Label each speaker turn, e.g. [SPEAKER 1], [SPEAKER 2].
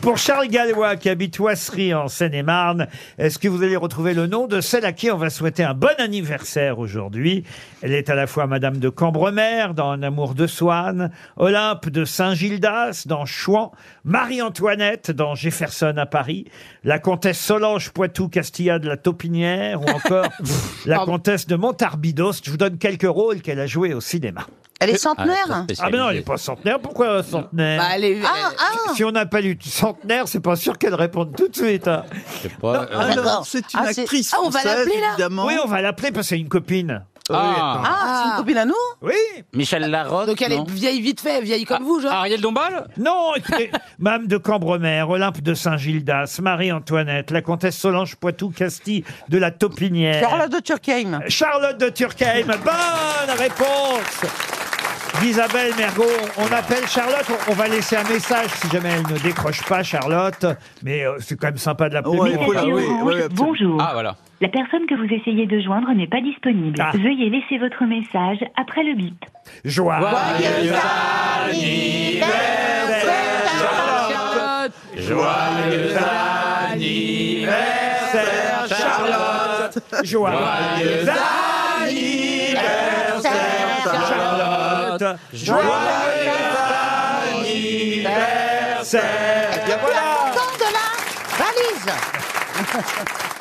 [SPEAKER 1] Pour Charles Gallois, qui habite Oisserie en Seine-et-Marne, est-ce que vous allez retrouver le nom de celle à qui on va souhaiter un bon anniversaire aujourd'hui Elle est à la fois Madame de Cambremer dans Un amour de Swann, Olympe de Saint-Gildas dans Chouan, Marie-Antoinette dans Jefferson à Paris, la comtesse Solange Poitou-Castilla de la Taupinière ou encore la comtesse de Montarbidos. Je vous donne quelques rôles qu'elle a joués au cinéma.
[SPEAKER 2] Euh,
[SPEAKER 3] Elle est centenaire
[SPEAKER 1] Ah mais non, elle n'est pas centenaire. Pourquoi euh, centenaire
[SPEAKER 3] Bah, elle est-
[SPEAKER 4] Ah,
[SPEAKER 3] ah
[SPEAKER 1] Si on n'a pas lu centenaire, c'est pas sûr qu'elle réponde tout de suite. hein.
[SPEAKER 5] Pas, euh,
[SPEAKER 3] D'accord.
[SPEAKER 2] Alors, c'est une
[SPEAKER 3] Ah, c'est-
[SPEAKER 2] actrice
[SPEAKER 3] Ah, on va
[SPEAKER 2] française,
[SPEAKER 3] l'appeler, là
[SPEAKER 2] évidemment.
[SPEAKER 1] Oui, on va l'appeler parce que c'est une copine.
[SPEAKER 5] ah,
[SPEAKER 3] Ah, c'est une copine à nous
[SPEAKER 1] Oui
[SPEAKER 5] Michel Larocque.
[SPEAKER 4] Donc elle
[SPEAKER 5] non
[SPEAKER 4] est vieille vite fait, vieille
[SPEAKER 2] Ah.
[SPEAKER 4] comme vous, genre.
[SPEAKER 5] Ariel Dombal
[SPEAKER 1] Non, écoutez, Mme de Cambremer, Olympe de Saint-Gildas, Marie-Antoinette, la comtesse Solange Poitou-Castille de la Taupinière,
[SPEAKER 3] Charlotte de Turckheim.
[SPEAKER 1] Charlotte de Turckheim. Bonne réponse d'Isabelle Mergot. On appelle Charlotte, on, on va laisser un message si jamais elle ne décroche pas, Charlotte. Mais euh, c'est quand même sympa de l'appeler.
[SPEAKER 2] Ouais,
[SPEAKER 1] Bon,
[SPEAKER 2] faut la- Ah oui, oui, absolument.
[SPEAKER 6] Bonjour.
[SPEAKER 5] Ah voilà.
[SPEAKER 6] La personne que vous essayez de joindre n'est pas disponible.
[SPEAKER 1] Ah.
[SPEAKER 6] Veuillez laisser votre message après le bip.
[SPEAKER 1] Joie.
[SPEAKER 2] Ah,
[SPEAKER 4] Charlotte.
[SPEAKER 1] anniversaire, Charlotte. Joyeux anniversaire, Charlotte. Joyeux anniversaire.
[SPEAKER 3] Tant de la valise